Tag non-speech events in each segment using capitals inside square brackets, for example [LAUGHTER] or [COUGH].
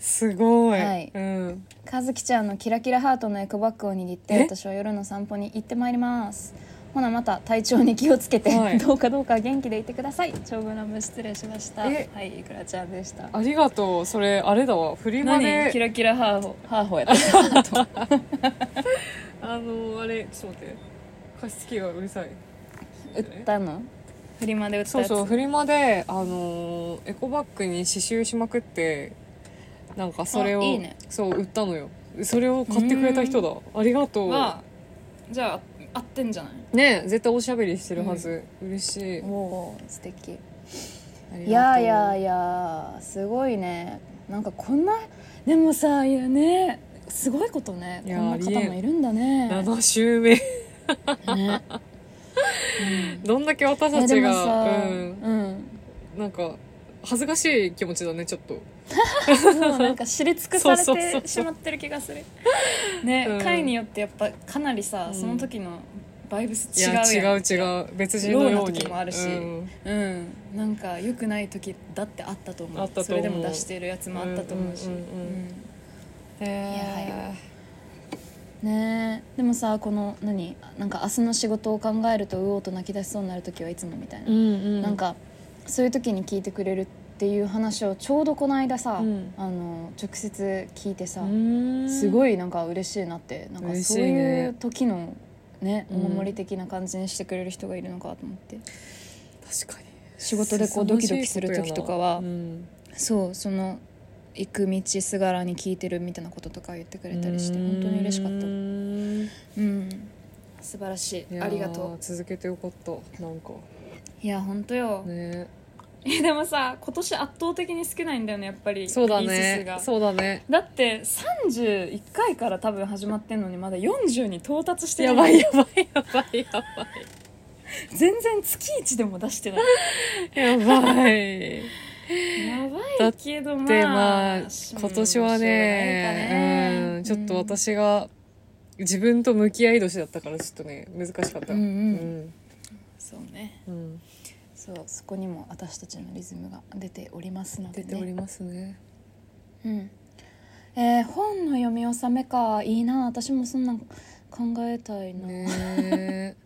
すごいはいうん和樹ちゃんのキラキラハートのエコバッグを握ってえ私は夜の散歩に行ってまいりますほなまた体調に気をつけて、はいどうかどうか元気でいてください長文乱文失礼しましたはえいいくらちゃんでしたありがとうそれあれだわフリマ何キでラキラハーホハーホやったあのあれちょっと待って加湿器がうるさい売ったのフリマで売ったそうやつそうフリマであのーエコバッグに刺繍しまくってなんかそれをあいいねそう売ったのよそれを買ってくれた人だありがとはうじゃあ合ってんじゃないねえ絶対おしゃべりしてるはず、嬉しいおお素敵ありいやがとういやいやすごいねなんかこんなでもさいやねすごいことねいこやんな方もいるんだね7週目ねどんだけ私えたでちもさ、が、ううんん、なんか恥ずかしい気持ちだねちょっともうなんか知り尽くさそうそうそれうてしまってる気がするね、うん回によってやっぱかなりさ、うんその時のバイブスい違うややん違う違う別人のようローなに時もあるしうんうん、なんか良くない時だってあったと思うあったと思うそれでも出してるやつもあったと思うし、うんうんいやはえうんねえでもさこの何なんか明日の仕事を考えるとうおうと泣き出しそうになる時はいつもみたいーうな、んうんなんかそういう時に聞いてくれるっていう話をちょうどこの間さ、うんあの直接聞いてさ、すすごいいなんか嬉しいなってなんか嬉しいそうねいう時のねうおん守り的な感じにしてくれる人がいるのかと思って、確かに仕事でこうドキドキする時とかはそうその行く道すがらに聞いてるみたいなこととか言ってくれたりして本当に嬉しかったたうん素晴らしいありがと続けてよかったなんかういや本当よ、ねえ [LAUGHS] でもさ今年圧倒的に少ないんだよねやっぱりそうだリリース数ねがそうだねだって31回から多分始まってんのにまだ40に到達してなやばいやばいやばいや全然月1でも出してないばいやば [LAUGHS] いやばだいけどまあでまあうん今年はねしょうがないかねうんちょっと私が自分と向き合い年だったからちょっとね難しかったうんうんんそうねうんそうそこにも私たちのリズムが出ておりますので、出ね、ておりますねうんえー本の読み納めかいいな私もそんなん考えたいな、 [LAUGHS] ねえ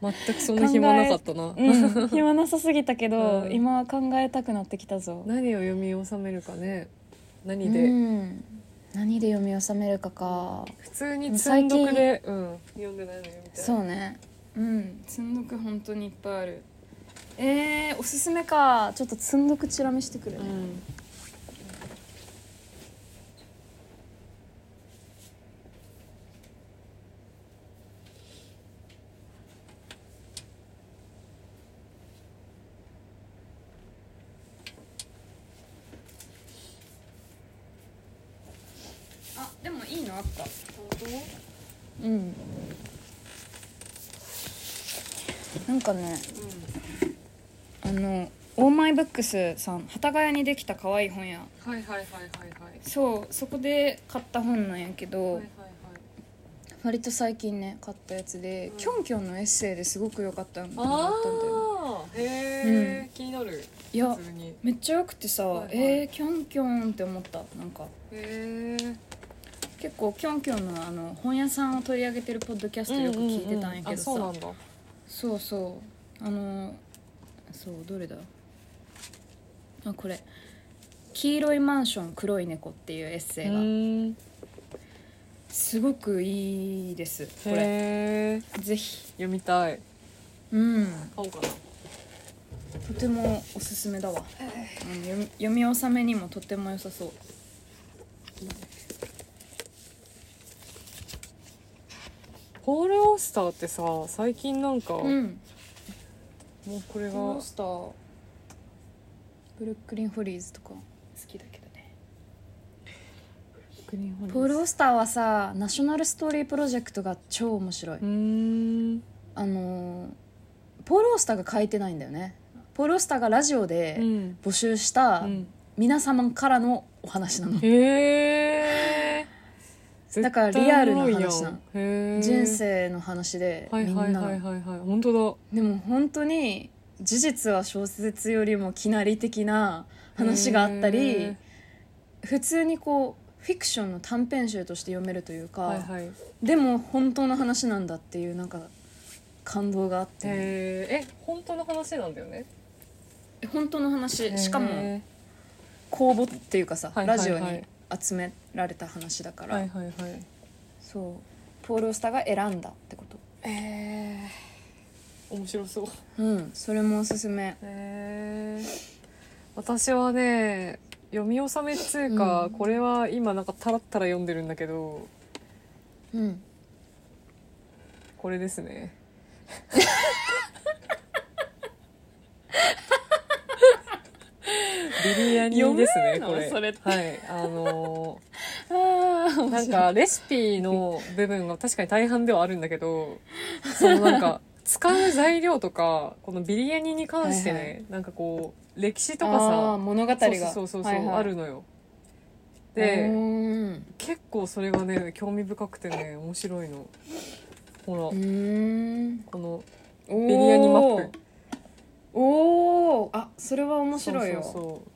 全くそんな暇なかったなうん、暇なさすぎたけど、うん今は考えたくなってきたぞ何を読み納めるかね何うでん、何で読み納めるかか普通に積んどくで、うん、読んでないのよみたいなそうねうん積んどく本当にいっぱいあるえー、おすすめかちょっと積んどくチラ見してくるね、ん、あでもいいのあったうんなんかねあのオーマイブックスさん幡ヶ谷にできた可愛い本屋はいはいはいはいはいそうそこで買った本なんやけど、はいはい割と最近ね買ったやつで、うんキョンキョンのエッセイですごく良かったのがあったんだよああへえ、気になるいや普通にへめっちゃ良くてさ、はいはいえー、キョンキョンって思ったなんかえ結構キョンキョンのあの本屋さんを取り上げてるポッドキャストよく聞いてたんやけどさ、そうなんだそうそうあのそうどれだあこれ「黄色いマンション黒い猫」っていうエッセイがんすごくいいですこへれえぜひ読みたいうん買おうかなとてもおすすめだわ、うん、読み読み納めにもとても良さそうポール・オースターってさ最近なんか、もうんこれがモンスターブルックリン・フォリーズとか好きだけどねポール・オースターはさナショナルストーリープロジェクトが超面白い、うーんあのーポール・オースターが書いてないんだよねポール・オースターがラジオでうん募集したうん皆様からのお話なの、へえだからリアルな話なのへー人生の話ではいみんなはいの、はいはいはい本当でも本当に事実は小説よりもきなり的な話があったへりー普通にこうフィクションの短編集として読めるというか、だはいはいへでも本当の話なんだっていうなんか感動があって、ええ本当の話なんだよね本当の話しかもへ公募っていうかさ、はいはいはいラジオに集められた話だかーら、はいはいはいそうポール・オスターが選んだってことえー、面白そううんそれもおすすめへー私はね読み納めっつうか、うんこれは今なんかタラッタラ読んでるんだけどうんこれですねビリヤニですね読こめるのれそれってはいあのああーなんかレシピの部分が確かに大半ではあるんだけどそのなんか使う材料とかこのビリヤニに関してね、はいはなんかこう歴史とかあーさ物語がそうそうそうそう、はいはいあるのようでーん結構それがね興味深くてね面白いのほら、うーんこのおービリヤニマップおおあそれは面白いよそうそう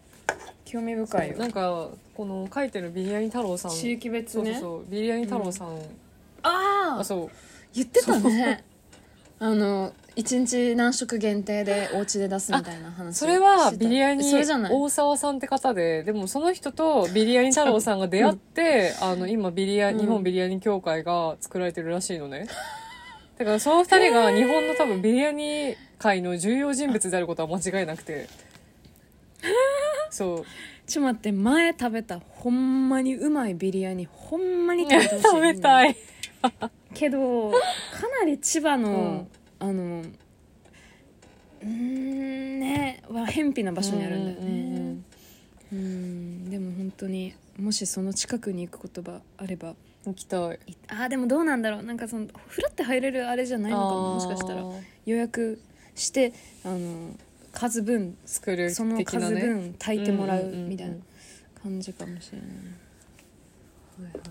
興味そう深いよなんかこの書いてるビリヤニ太郎さん地域別そうねそうそうビリヤニ太郎さん、あああそう言ってたね [LAUGHS] あの一日何食限定でお家で出すみたいな話それはしてたビリヤニそれじゃない大沢さんって方ででもその人とビリヤニ太郎さんが出会って、あの今ビリヤ、うん日本ビリヤニ協会が作られてるらしいのねだからその二人が日本の多分ビリヤニ界の重要人物であることは間違いなくてそうちょっと待って前食べたほんまにうまいビリヤニほんまに食べてほしい食べたいいけどかなり千葉の、あのうーんねは偏僻な場所にあるんだよねううんうんでも本当にもしその近くに行く言葉あれば行きたいいあーでもどうなんだろうなんかそのふらって入れるあれじゃないのかももしかしたらあー予約してあの数分作るその的な数ね分炊いてもらううんうんうんうんみたいな感じかもしれないはいはいはい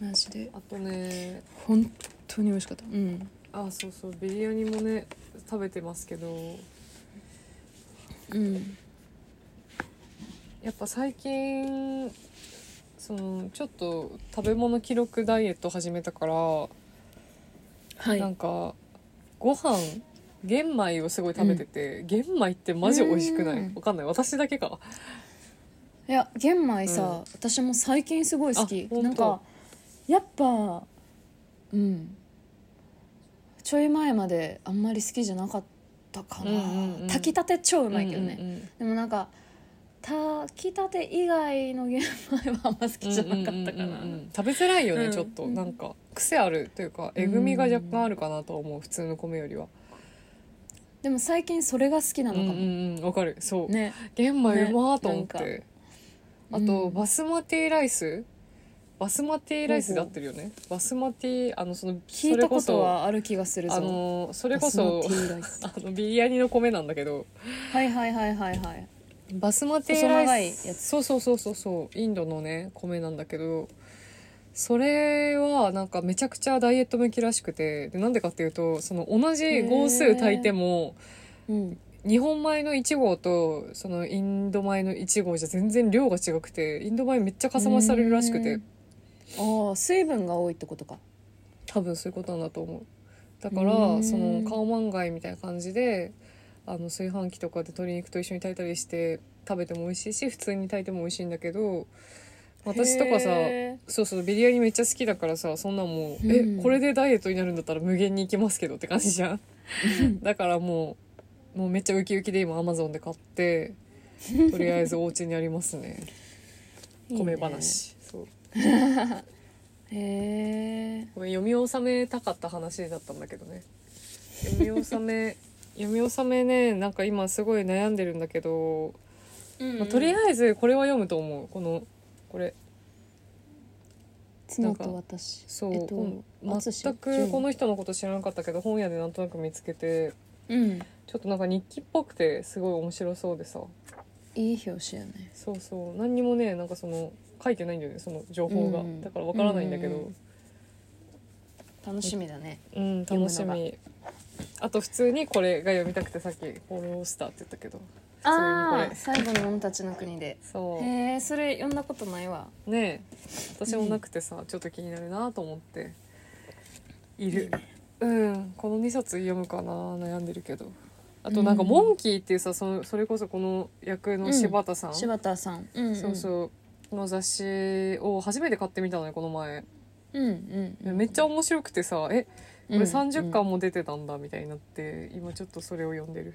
マジであとね本当に美味しかったうんあそうそうビリヤニもね食べてますけどうんやっぱ最近そのちょっと食べ物記録ダイエット始めたから、はなんいかご飯玄米をすごい食べてて、玄米ってマジ美味しくなういんわかんない私だけかいや玄米さ、うん私も最近すごい好きあなん本かやっぱうんちょい前まであんまり好きじゃなかったかな、うんうんうん炊きたて超うまいけどね、うんうんうんでもなんか炊きたて以外の玄米はあんま好きじゃなかったかな、うんうんうん食べづらいよね、うんちょっとなんか癖あるというかえぐみが若干あるかなとは思う普通の米よりはでも最近それが好きなうんのかうも、んうんわかるそう、ね玄米うまーと思っねて、なあんかとうんバスマティライスバスマティライスで合ってるよねバスマティあのその聞いたことはある気がするぞあのそれこバそスマティライスあのビリヤニの米なんだけどはいはいはいはいはいバスマティ細ラ長イいスやつそうそうそうそうそうインドのね米なんだけどそれはなんかめちゃくちゃダイエット向きらしくてでなんでかっていうとその同じ合数炊いてもうん日本米の1合とそのインド米の1合じゃ全然量が違くてインド米めっちゃかさ増しされるらしくてうんああ水分が多いってことか多分そういうことなんだと思うだからうんそのカオマンガイみたいな感じであの炊飯器とかで鶏肉と一緒に炊いたりして食べても美味しいし普通に炊いても美味しいんだけど私とかさへそうそうビリヤニめっちゃ好きだからさそんなんもう、うんえこれでダイエットになるんだったら無限にいきますけどって感じじ [LAUGHS] ゃんだからもうもうめっちゃウキウキで今アマゾンで買ってとりあえずお家にあります [LAUGHS] ねー米話そういいねへえごめん読み納めたかった話だったんだけどね読み納 [LAUGHS] め読み納めねなんか今すごい悩んでるんだけど、まあとりあええずこれは読むと思うこのこれず妻と私そう、えっとうん淳全くこの人のこと知らなかったけど本屋でなんとなく見つけてうんちょっとなんか日記っぽくてすごい面白そうでさいい表紙やねそうそう何にもねなんかその書いてないんだよねその情報が、うんだからわからないんだけど、楽しみだねうん楽しみあと普通にこれが読みたくてさっき「フォロースター」って言ったけど普通にあこあれ最後の「俺たちの国で」そへえそれ読んだことないわうねえ私もなくてさ、ちょっと気になるなと思っているうんこの2冊読むかな悩んでるけどあとなんか「うんモンキー」っていうさそのそれこそこの役の柴田さん、柴田さん、うんうん、そうそうの雑誌を初めて買ってみたのよこの前うんうんうんめっちゃ面白くてさえこれ30も巻も出てたんだみたいになって今ちょっとそれを読んでる、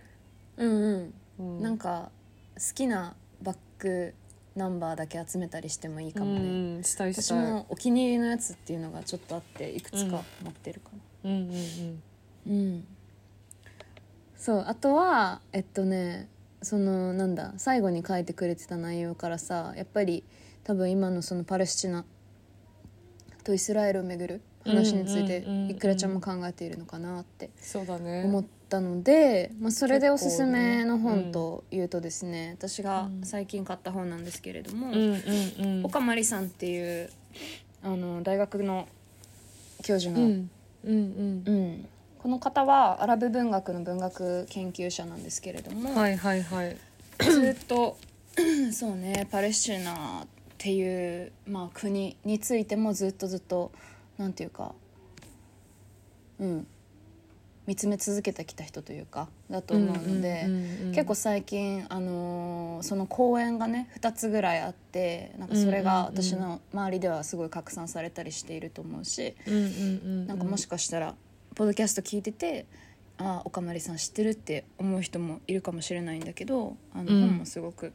うんうん、うなんか好きなバックナンバーだけ集めたりしてもいいかもね、うんうん、したいし私たい。もお気に入りのやつっていうのがちょっとあっていくつか持ってるかうんうんうん。なうん、そうあとはえっとねそのなんだ最後に書いてくれてた内容からさやっぱり多分今のそのパレスチナとイスラエルをめぐる話についてうんうんうんうんいくらちゃんも考えているのかなってそうだね思ったので、まあ、それでおすすめの本というとですね、私が最近買った本なんですけれども、うんうんうん岡まりさんっていうあの大学の教授うの、んうんうんうんこの方はアラブ文学の文学研究者なんですけれども、はいはいはいずっとそうねパレスチナっていう、まあ、国についてもずっとずっとなんていうかうん見つめ続けてきた人というかだと思うので、うんうんうんうん結構最近、あのーその公演がね2つぐらいあってなんかそれうんがうんうん私の周りではすごい拡散されたりしていると思うし、うんうんうんなんかもしかしたらポッドキャスト聞いてて「ああ岡まりさん知ってる」って思う人もいるかもしれないんだけどあのうん本もすごく、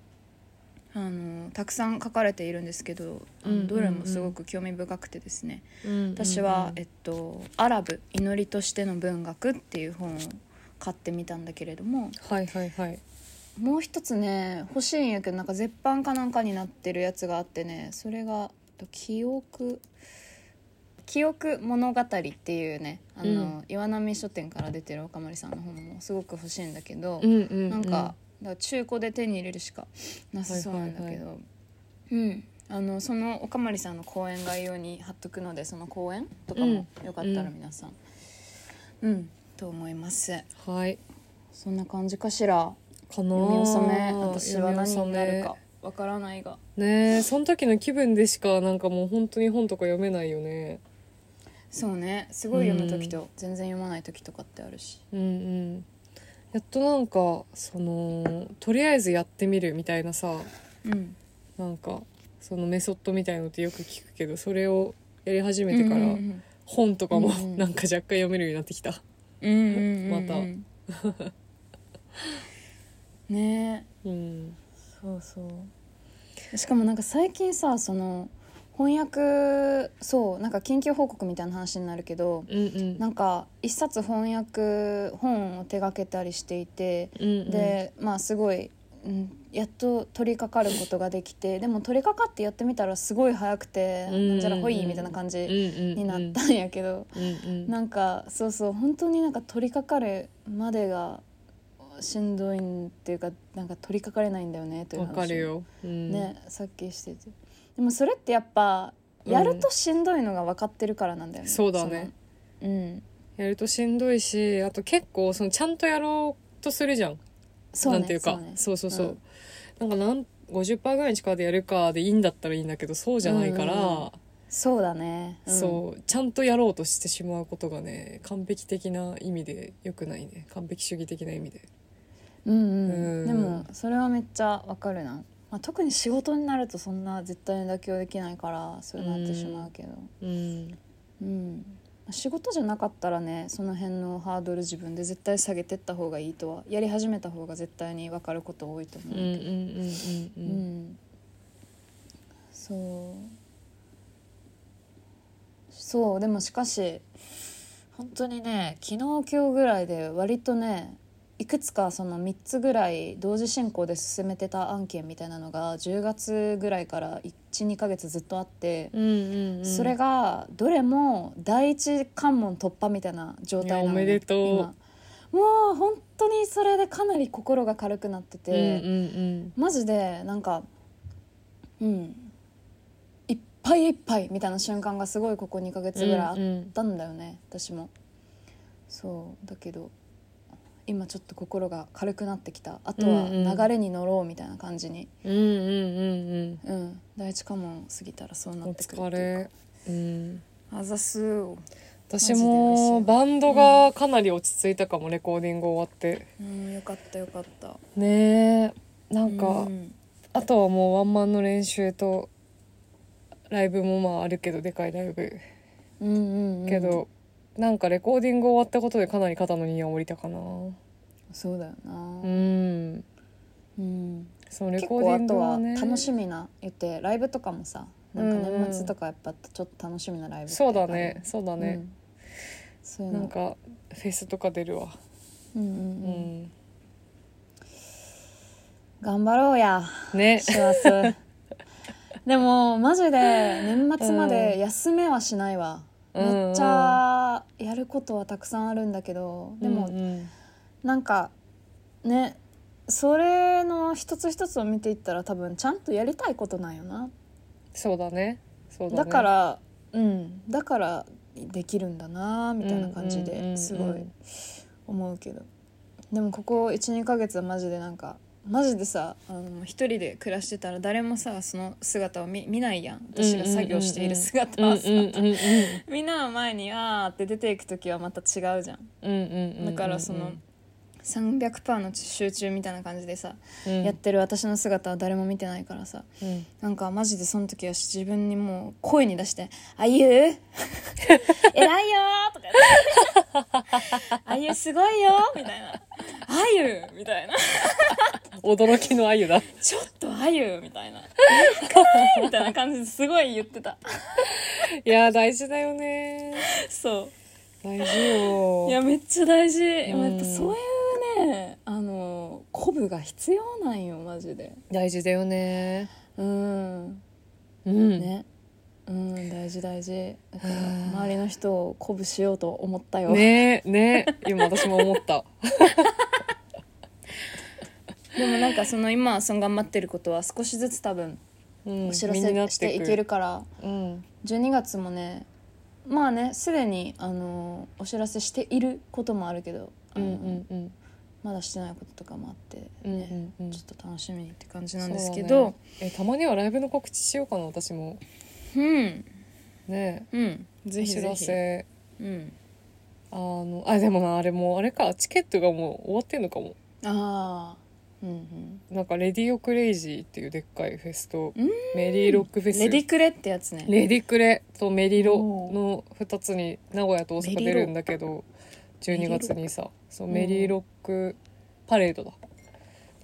あのたくさん書かれているんですけど、あのうんうんうんどれもすごく興味深くてですね、うんうんうん私は、えっと「アラブ祈りとしての文学」っていう本を買ってみたんだけれどもはいはいはいもう一つね欲しいんやけどなんか絶版かなんかになってるやつがあってねそれが「記憶記憶物語」っていうねあの、岩波書店から出てる岡森さんの本もすごく欲しいんだけど、うんうんうんなんかだから中古で手に入れるしかなさそうなんだけど、うんあのその岡森さんの講演概要に貼っとくのでその講演とかもよかったら皆さんうん、と思いますはいそんな感じかしらかな読み納めあ私は何になるか読わからないがみ納めねえその時の気分でしかなんかもう本当に本とか読めないよねそうねすごい読む時と全然読まない時とかってあるしうんうんやっとなんかそのとりあえずやってみるみたいなさうんなんかそのメソッドみたいのってよく聞くけどそれをやり始めてから、うん本とかもうんうんなんか若干読めるようになってきた、うんうんまたまた [LAUGHS] ねうん、そうそうしかもなんか最近さその翻訳そうなんか緊急報告みたいな話になるけどうんうんなんか一冊翻訳本を手掛けたりしていてうんうんでまあすごい、うん、やっと取り掛かることができてでも取り掛かってやってみたらすごい早くてうんうんうんなんちゃらほいみたいな感うんじうんになったんやけどうんうんなんかそうそう本当になんか取り掛かるまでがしんどいんっていうかなんか取り掛かれないんだよねというわ話をかるよ、うん、ねさっきしててでもそれってやっぱやるとしんどいのが分かってるからなんだよね、うんそうだねそのうんやるとしんどいしあと結構そのちゃんとやろうとするじゃんそうねなんていうかそそうう,、ねそうそうなんかなん50%ぐらいの力でやるかでいいんだったらいいんだけどそうじゃないから、うんうんそうだね、うんそうちゃんとやろうとしてしまうことがね完璧的な意味で良くないね完璧主義的な意味でうんう、うんんでもそれはめっちゃわかるな、まあ、特に仕事になるとそんな絶対に妥協できないからそうなってしまうけど、うんうん仕事じゃなかったらねその辺のハードル自分で絶対下げてった方がいいとはやり始めた方が絶対に分かること多いと思ううんうんけうど、んううんんそうそうでもしかし本当にね昨日今日ぐらいで割とねいくつかその3つぐらい同時進行で進めてた案件みたいなのが10月ぐらいから12ヶ月ずっとあって、うんうんうんそれがどれも第一関門突破みたいな状態なのねいやおめでとう今もう本当にそれでかなり心が軽くなってて。うんうんマジでなんかうんいっぱいいっぱいみたいな瞬間がすごいここ2ヶ月ぐらいあうんっうんたんだよね、私もそうだけど今ちょっと心が軽くなってきたあとはうんうん流れに乗ろうみたいな感じにうんうんうんうん、第一関門過ぎたらそうなうんおってくる疲っていうれうんかあざす私マジで嬉しもいバンドがかなり落ち着いたかも、レコーディング終わってうんよかったよかったねえなんか、うんあとはもうワンマンの練習とライブもまああるけどでかいライブうんうんうんけど、なんかレコーディング終わったことでかなり肩の荷が下りたかなそうだよなうんうんそのレ結コー構デあィンとグははね楽しみな言ってライブとかもさなんかうんうん年末とかやっぱちょっと楽しみなライブってそうだねそうだあるね、うんそういうなんのかフェスとか出るわうんううんうんん、頑張ろうやね師走 [LAUGHS] でもマジで年末まで休めはしないわ、めっちゃやることはたくさんあるんだけどでも、うんうんなんかねそれの一つ一つを見ていったら多分ちゃんとやりたいことなんよなそうだねそうだねだからうんだからできるんだなみたいな感じうんうんうんうでんすごい思うけど、でもここ12ヶ月はマジでなんかマジでさあの一人で暮らしてたら誰もさその姿を見見ないやん私が作業している姿はさ、うんうんうんうんみんなの前に「あー」って出ていく時はまた違うじゃんうんうんうんうんだからその300%の集中みたいな感じでさ、うんやってる私の姿は誰も見てないからさうんなんかマジでその時は自分にもう声に出して「あゆ [LAUGHS] 偉いよ!」とか言って [LAUGHS] 「あゆすごいよ!」みたいな「あゆ!」みたいな驚きのあゆだ「ちょっとあゆ!」みたいな「えかい!」みたいな感じですごい言ってたいや大事だよねそう大事よいやめっちゃ大事、んやっぱそういうねあの鼓舞が必要なんよマジで大事だよねうんうんねうん大事大事だからうん周りの人を鼓舞しようと思ったよ、ねえねえ今私も思ったでもなんかその今その頑張ってることは少しずつ多分うんお知ら身になっせしていくけるからうん12月もねまあねすでにあのお知らせしていることもあるけど、うあのんうんうんまだしてないこととかもあって、ねうんうんうんちょっと楽しみにって感じなんですけどそうだねえたまにはライブの告知しようかな私もねうんうんえぜひお知ぜらひせうん、あのあでもなあれもうあれかチケットがもう終わってんのかもああうんうんなんかレディオクレイジーっていうでっかいフェスとメリーロックフェスレディクレってやつねレディクレとメリロの2つに名古屋と大阪メリ出ロるんだけど12月にさそううんメリーロックパレードだ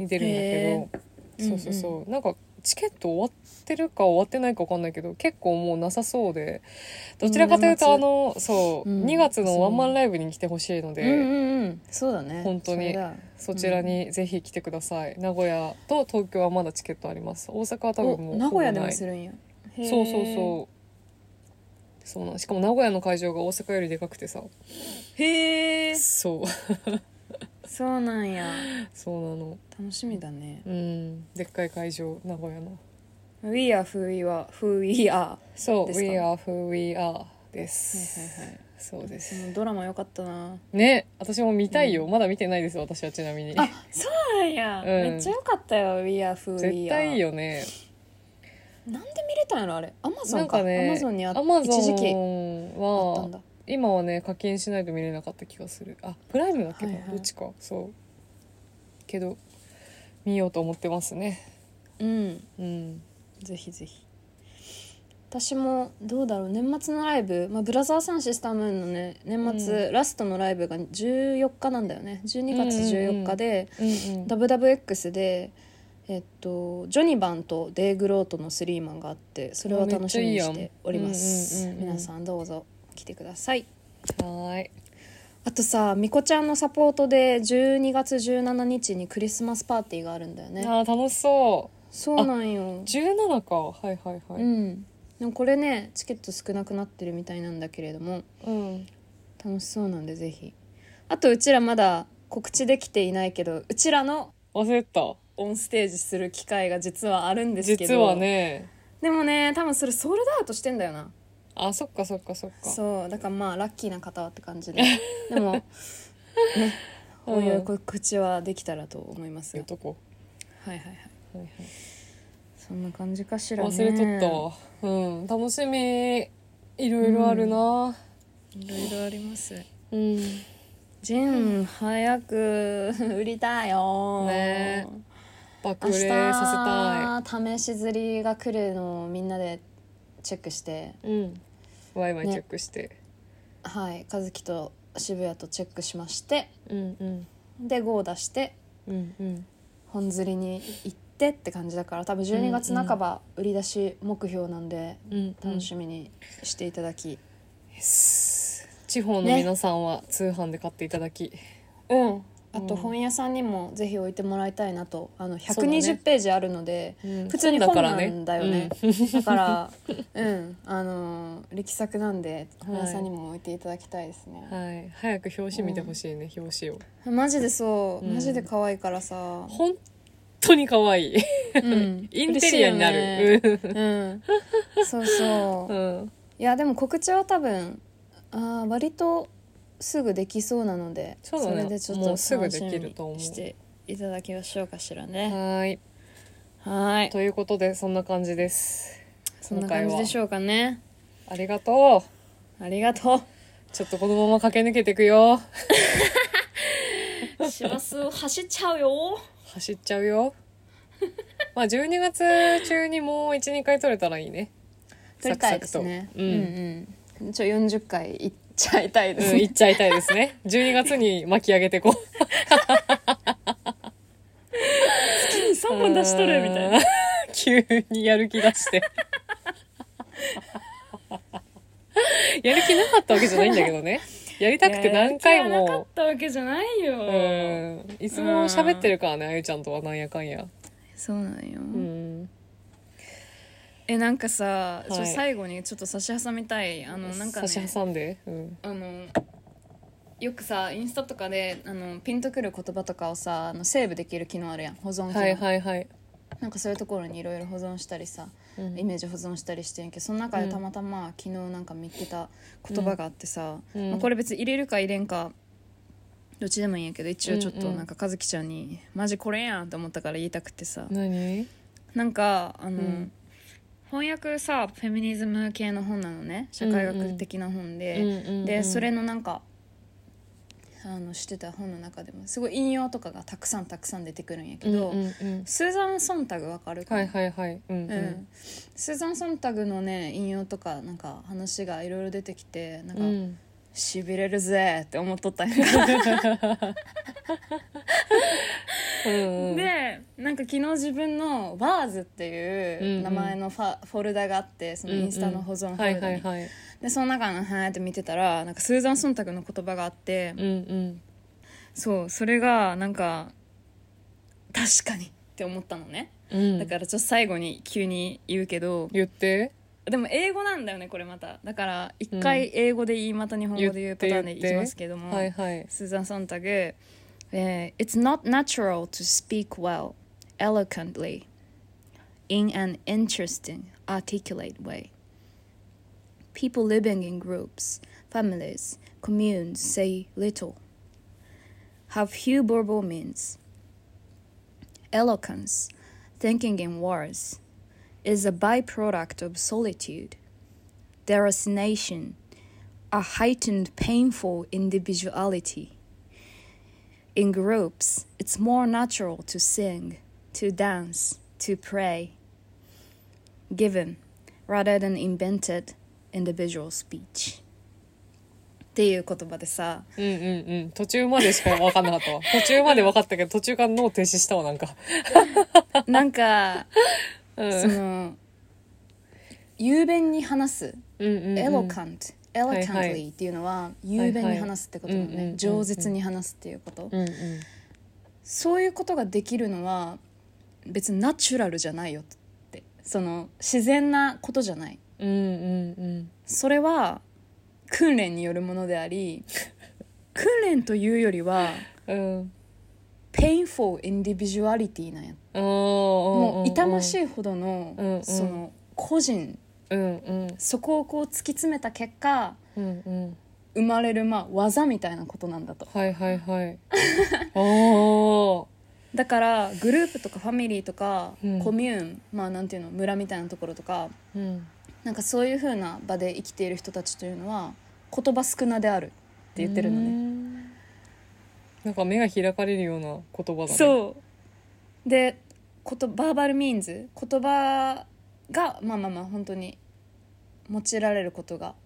に出るんだけへーどそうそうそう、なんかチケット終わってるか終わってないか分かんないけど結構もうなさそうでどちらかといううんとあのそう、うん2月のワンマンライブに来てほしいのうで、んうんうんそうだね本当にそれだそちらにぜひ来てください、名古屋と東京はまだチケットあります大阪は多分もおう名古屋でほぼなもいするんやそうそうそうそうなんしかも名古屋の会場が大阪よりでかくてさうへえそう [LAUGHS] そうなんやそうなの楽しみだねうんでっかい会場名古屋の「We are who we are who we are はそう「ですか We are who we are」です、いはいはいそうでそすのドラマ良かったなね私も見たいよ、まだ見てないです私はちなみにあそうなんや、うんめっちゃ良かったよ「We are who we are」 [LAUGHS] 絶対いいよねなんで見れたんやろあれアマゾなんンかかねアマゾンにあったアマゾン一時期あったんはだ今はね課金しないと見れなかった気がするあプライムだっけか、はいはいどっちかそうけど見ようと思ってますねうんうんぜひぜひ私もどうだろう年末のライブ、まあ、ブラザーサンシスタームーンのね年末、ラストのライブが14日なんだよね12月14日で、うんうん WWX で、えっと、ジョニバンとデイ・グロートのスリーマンがあってそれは楽しみにしておりますあめっちゃいいやんうんうんうんうん皆さんどうぞ来てくださいはーいあとさみこちゃんのサポートで12月17日にクリスマスパーティーがあるんだよねあー楽しそそうなんよう17かはいはいはういん、でもこれねチケット少なくなってるみたいなんだけれどもうん、楽しそうなんでぜひあとうちらまだ告知できていないけどうちらの忘れてたオンステージする機会が実はあるんですけ実どはねでもね多分それソールドアウトしてんだよなあそっかそっかそっかそうだからまあラッキーな方はって感 [LAUGHS] じででもねうんおいおい告知はできたらと思います言がっとこ、はいはいはいうはいそんな感じかしらはい、ね忘れとったわうん楽しみいろいろあるなたいろいろありますうん、ジン早く [LAUGHS] 売りたいよね爆明売日れさ試し釣りが来るのをみんなでチェックしてせたいうんワイワイチェックして、はい和樹と渋谷とチェックしましてうんうんで5を出してうんうん本釣りに行ってって感じだから多分12月半ば売り出し目標なんで、うん楽しみにしていただみき、地方の皆さんは通販で買っていただき、うんあうとん本屋さんにもぜひ置いてもらいたいなとあのそうだね120ページあるので、うん普通に本なんだ本だかよらねねだから [LAUGHS] うんあのー力作なんで本屋さんにも置いていただきたいですね、はい、早く表紙見てほしいね、表紙をマジでそううんマジで可愛いからさ、本当に可愛い [LAUGHS] うん、インテリアにな嬉しいる、よ [LAUGHS] ねうんそうそうう、いん、やでも告知は多分あー割とすぐできそうなのでそうだねれでちょっもとうすぐ楽でしみきるにと思うしていただきましょうかしらね、はいはい。ということでそんな感じですそんな感じでしょうかね。ありがとうありがとちょっとこのまま駆け抜けていくよう。師走走っちゃうよ。走っちゃう [LAUGHS] よまあ12月中にもう12回取れたらいいね撮りたいですね。サクサクとうんうんうん。ちょ四十回いっちゃいたいですうんね。行っちゃいたいですね12月に巻き上げてこう三、本出しとるみたいな [LAUGHS] 急にやる気出して [LAUGHS] やる気なかったわけじゃないんだけどねやりたくて何回やる気はなかっもたわけじゃないよ。うんいつも喋ってるからねあゆちゃんとはなんやかんやそうなんうよ。んえなんかさ、ちょはい最後にちょっと差し挟みたいあのなんかね差し挟んでうんあの。よくさインスタとかであのピンとくる言葉とかをさあのセーブできる機能あるやん保存機能、はいはいはいなんかそういうところにいろいろ保存したりさ、うんイメージ保存したりしてんけどその中でたまたま昨日なんか見てた言葉があってさ、うんまあ、これ別に入れるか入れんかどっちでもいいんやけど一応ちょっうんとうんなんか和樹ちゃんに「マジこれやん!」と思ったから言いたくてさ何なんかあの、うん翻訳さフェミニズム系の本なのね社会学的な本で、でそれのなんかあのしてた本の中でもすごい引用とかがたくさんたくさん出てくるんやけど、うんうんうんスーザン・ソンタグわかるかなはいはいはいうんうんうん、スーザン・ソンタグのね引用とかなんか話がいろいろ出てきてなんか、うんしびれるぜって思っとったんやうんうんでなんか昨日自分の「バーズってうんいううん名前のファ、フォルダがあってそのインスタの保存フォルダに、はいはいはいでその中の「はーって見てたらなんかスーザン・ソンタグの言葉があって、うんうんそうそれがなんか確かにって思ったのね、うんだからちょっと最後に急に言うけど、言ってでも英語なんだよねこれまただから一回英語で言い、また日本語で言うパターンでいきますけども、はいはいスーザン・ソンタグ、えー eh, It's not natural to speak well, eloquently, in an interesting, articulate way. People living in groups, families, communes say little, have few verbal means. Eloquence, thinking in words, is a byproduct of solitude, deracination, a heightened painful individuality. In groups, it's more natural to sing, to dance, to pray. Given rather than invented individual speech. っていう言葉でさうんうんうん途中までしか分かんなかった [LAUGHS] わ途中まで分かったけど途中から脳停止したわなんか [LAUGHS] なんか、うんその雄弁に話すうんうんうんエロカント、エロカントリはいはーいっていうのは雄弁に話すってことだよはいはいうんうんうんうねん饒舌に話すっていうこと、うんうんそういうことができるのは別にナチュラルじゃないよってその自然なことじゃないうんうんうんそれは訓練によるものであり訓練というよりはうんペインフォーインディビジュアリティなんやももう痛ましいいほどの、うんうんその個人うんうんそこをこう突き詰めた結果うんうん生まれるまあ技みたいなことなんだとはいはいはい [LAUGHS] おーだからグループとかファミリーとか、うんコミューンまあなんていうの村みたいなところとかうんなんかそういう風な場で生きている人たちというのは言葉少なであるって言ってるのね。ねなんか目が開かれるような言葉だねそうでことバーバルミーンズ言葉がまあまあまあ本当に用いられることが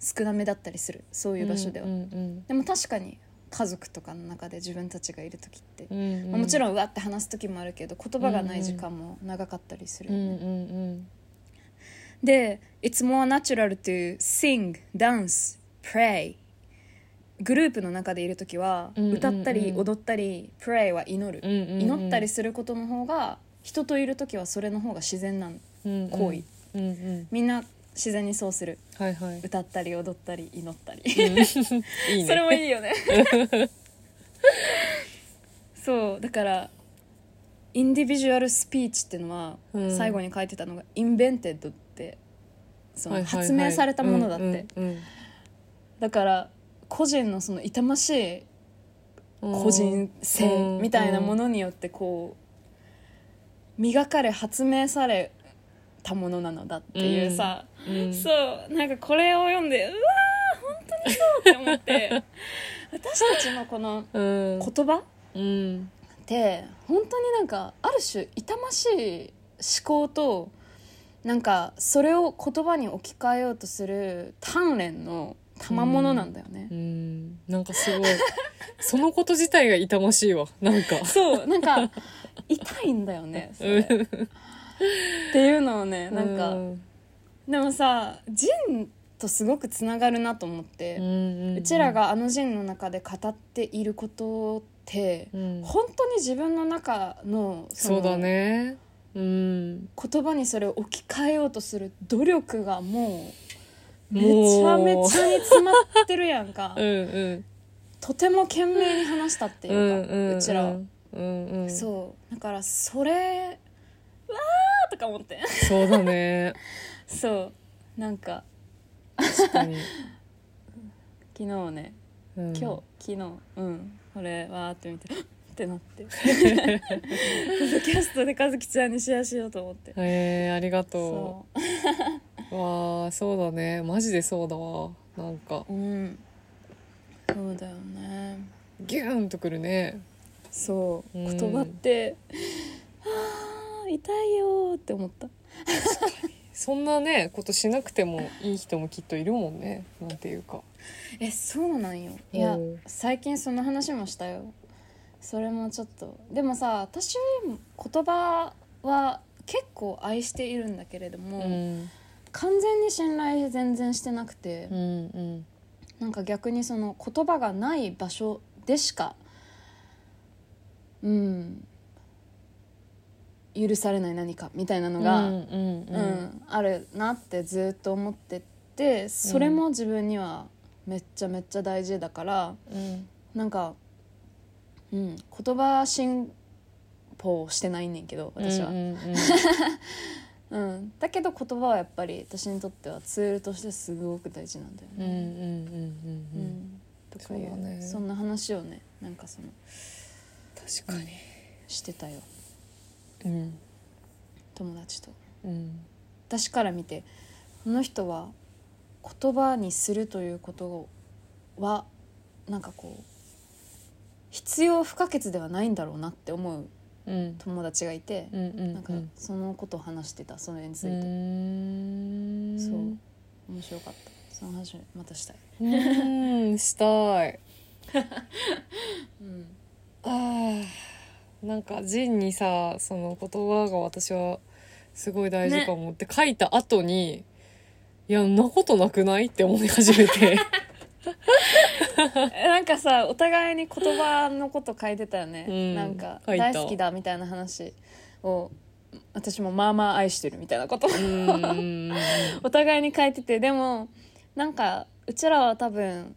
少なめだったりするそういう場所では。うんうんでも確かに家族とかの中で自分たちがいる時って、うんうんまあもちろんうわって話す時もあるけど言葉がない時間も長かったりするうよね、んうんで、It's more natural to sing, dance, pray グループの中でいる時は、うんうんうん歌ったり踊ったりプレイは祈る、うんうんうん祈ったりすることの方が人といる時はそれの方が自然なうん行為、うんうんみんな自然にそうするはい [LAUGHS] [LAUGHS] はい歌ったり踊ったり祈ったり、いいねそれもいいよね [LAUGHS] そうだからインディビジュアルスピーチっていうのは、うん最後に書いてたのが「インベンテッド」ってそはいのはいはい発明されたものだって、うんうんうんだから個人のその痛ましいうん個人性みたいなもうんのによってこう磨かれ発明されたものなのだっていうさ、うんうんそうなんかこれを読んでうわー本当にそうって [LAUGHS] 思って私たちのこのうん言葉うんって本当になんかある種痛ましい思考となんかそれを言葉に置き換えようとする鍛錬の賜物なんだよね。うんなんかすごい [LAUGHS] そのこと自体が痛ましいわなんかそうなんか痛いんだよ [LAUGHS] ねそれっていうのをね [LAUGHS] なんか、うんでもさジンとすごくつながるなと思って、ううんうんちらがあのジンの中で語っていることって、うん本当に自分の中のそそのうだねうん言葉にそれを置き換えようとする努力がもうめもうちゃめちゃに詰まってるやんか、 [LAUGHS] うんうんとても懸命に話したっていううか、んうんうちらはうんうんそうそうだからそれわーとか思って [LAUGHS] だねそうなんか確かに昨日ね今今日、昨日うんこれわーって見て [GASPS] ってなって [LAUGHS] ポッドキャストで和樹ちゃんにシェアしようと思ってえー、ありがとそうわあそうだねマジでそうだわなんかううんそうだよねギューンとくるねそううん言葉って、あー痛いよーって思ったそんなねことしなくてもいい人もきっといるもんねなんていうかえそうなんよいやうん最近その話もしたよそれもちょっとでもさ私言葉は結構愛しているんだけれども、うん完全に信頼全然してなくて、うんうんなんか逆にその言葉がない場所でしかうん許されない何かみたいなのが、うんうんうんあるなってずっと思っててそれも自分にはめっちゃめっちゃ大事だから、うんなんか、うん、言葉進歩をしてないねんけど私は、ううんんうんうんだけど言葉はやっぱり私にとってはツールとしてすごく大事なんだようんうんね。うんうんううんんとかいそううだねそんな話をねなんかその確かにしてたようん友達とうん私から見てこの人は言葉にするということはなんかこう必要不可欠ではないんだろうなって思ううん友達がいてう、んうんなんかそのことを話してたそれについうて、んそうう面白かったその話またしたい、うんしたいうんあーなんかジンにさその言葉が私はすごい大事かもって書いた後に、いやんなことなくないって思い始めて [LAUGHS] えなんかさお互いに言葉のこと書いてたよね、うんなんか書いた大好きだみたいな話を私もまあまあ愛してるみたいなこと [LAUGHS] をうんお互いに書いててでもなんかうちらは多分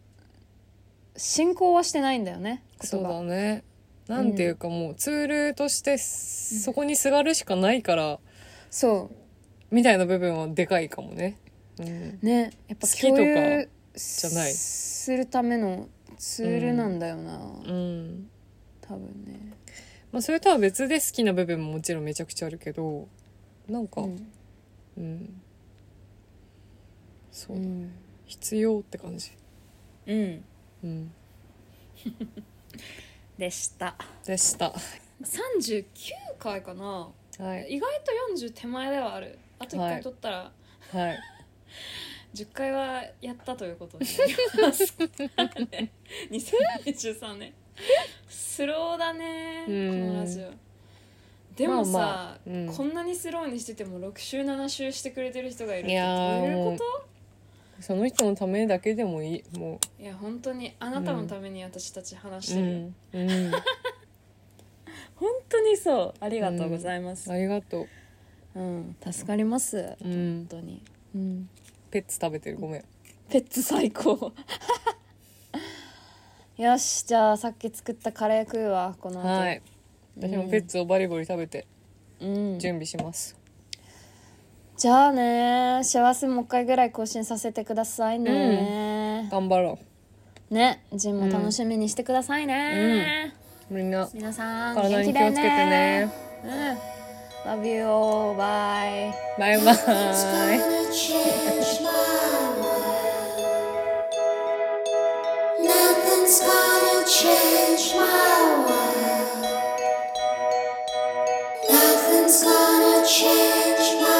進行はしてないんだよね [LAUGHS] そ言う葉だねなんていうかもうツールとしてそこにすがるしかないからそみたいな部分はでかいかもね、うん、うねやっぱ好きとか共有ゃないするためのツールなんだよな、うん多分ね、まあ、それとは別で好きな部分ももちろんめちゃくちゃあるけどなんか、うんうそう、ん必要って感じ、うん、うん、でしたでした39回かなはい意外と40手前ではあるあと1はい回取ったら、はい10回はやったということになりますなんかね2023年スローだねこうんのラジオでもさ、まあまあうんこんなにスローにしてても6週7週してくれてる人がいるっいてやーどういうこその人のためだけでもいいもいや本当にあなたのために私たち話しう、うてる、んうん、本当にそうありがとうございます、ありがとうん助かります、う、う本ん、当に、うん、ペッツ食べてるごめんペッツ最高 [LAUGHS] よしじゃあさっき作ったカレー食うわこの後、はい私もペッツをバリバリ食べてうん準備します、じゃあね幸せもう一回ぐらい更新させてくださいね、頑張ろねジンも楽しみにしてくださいね、うみんな皆さん体元に気気をでつけてねねうん Love you all bye バイバ It's [LAUGHS] イ gonna change my world. Nothing's gonna change my world. Nothing's gonna change my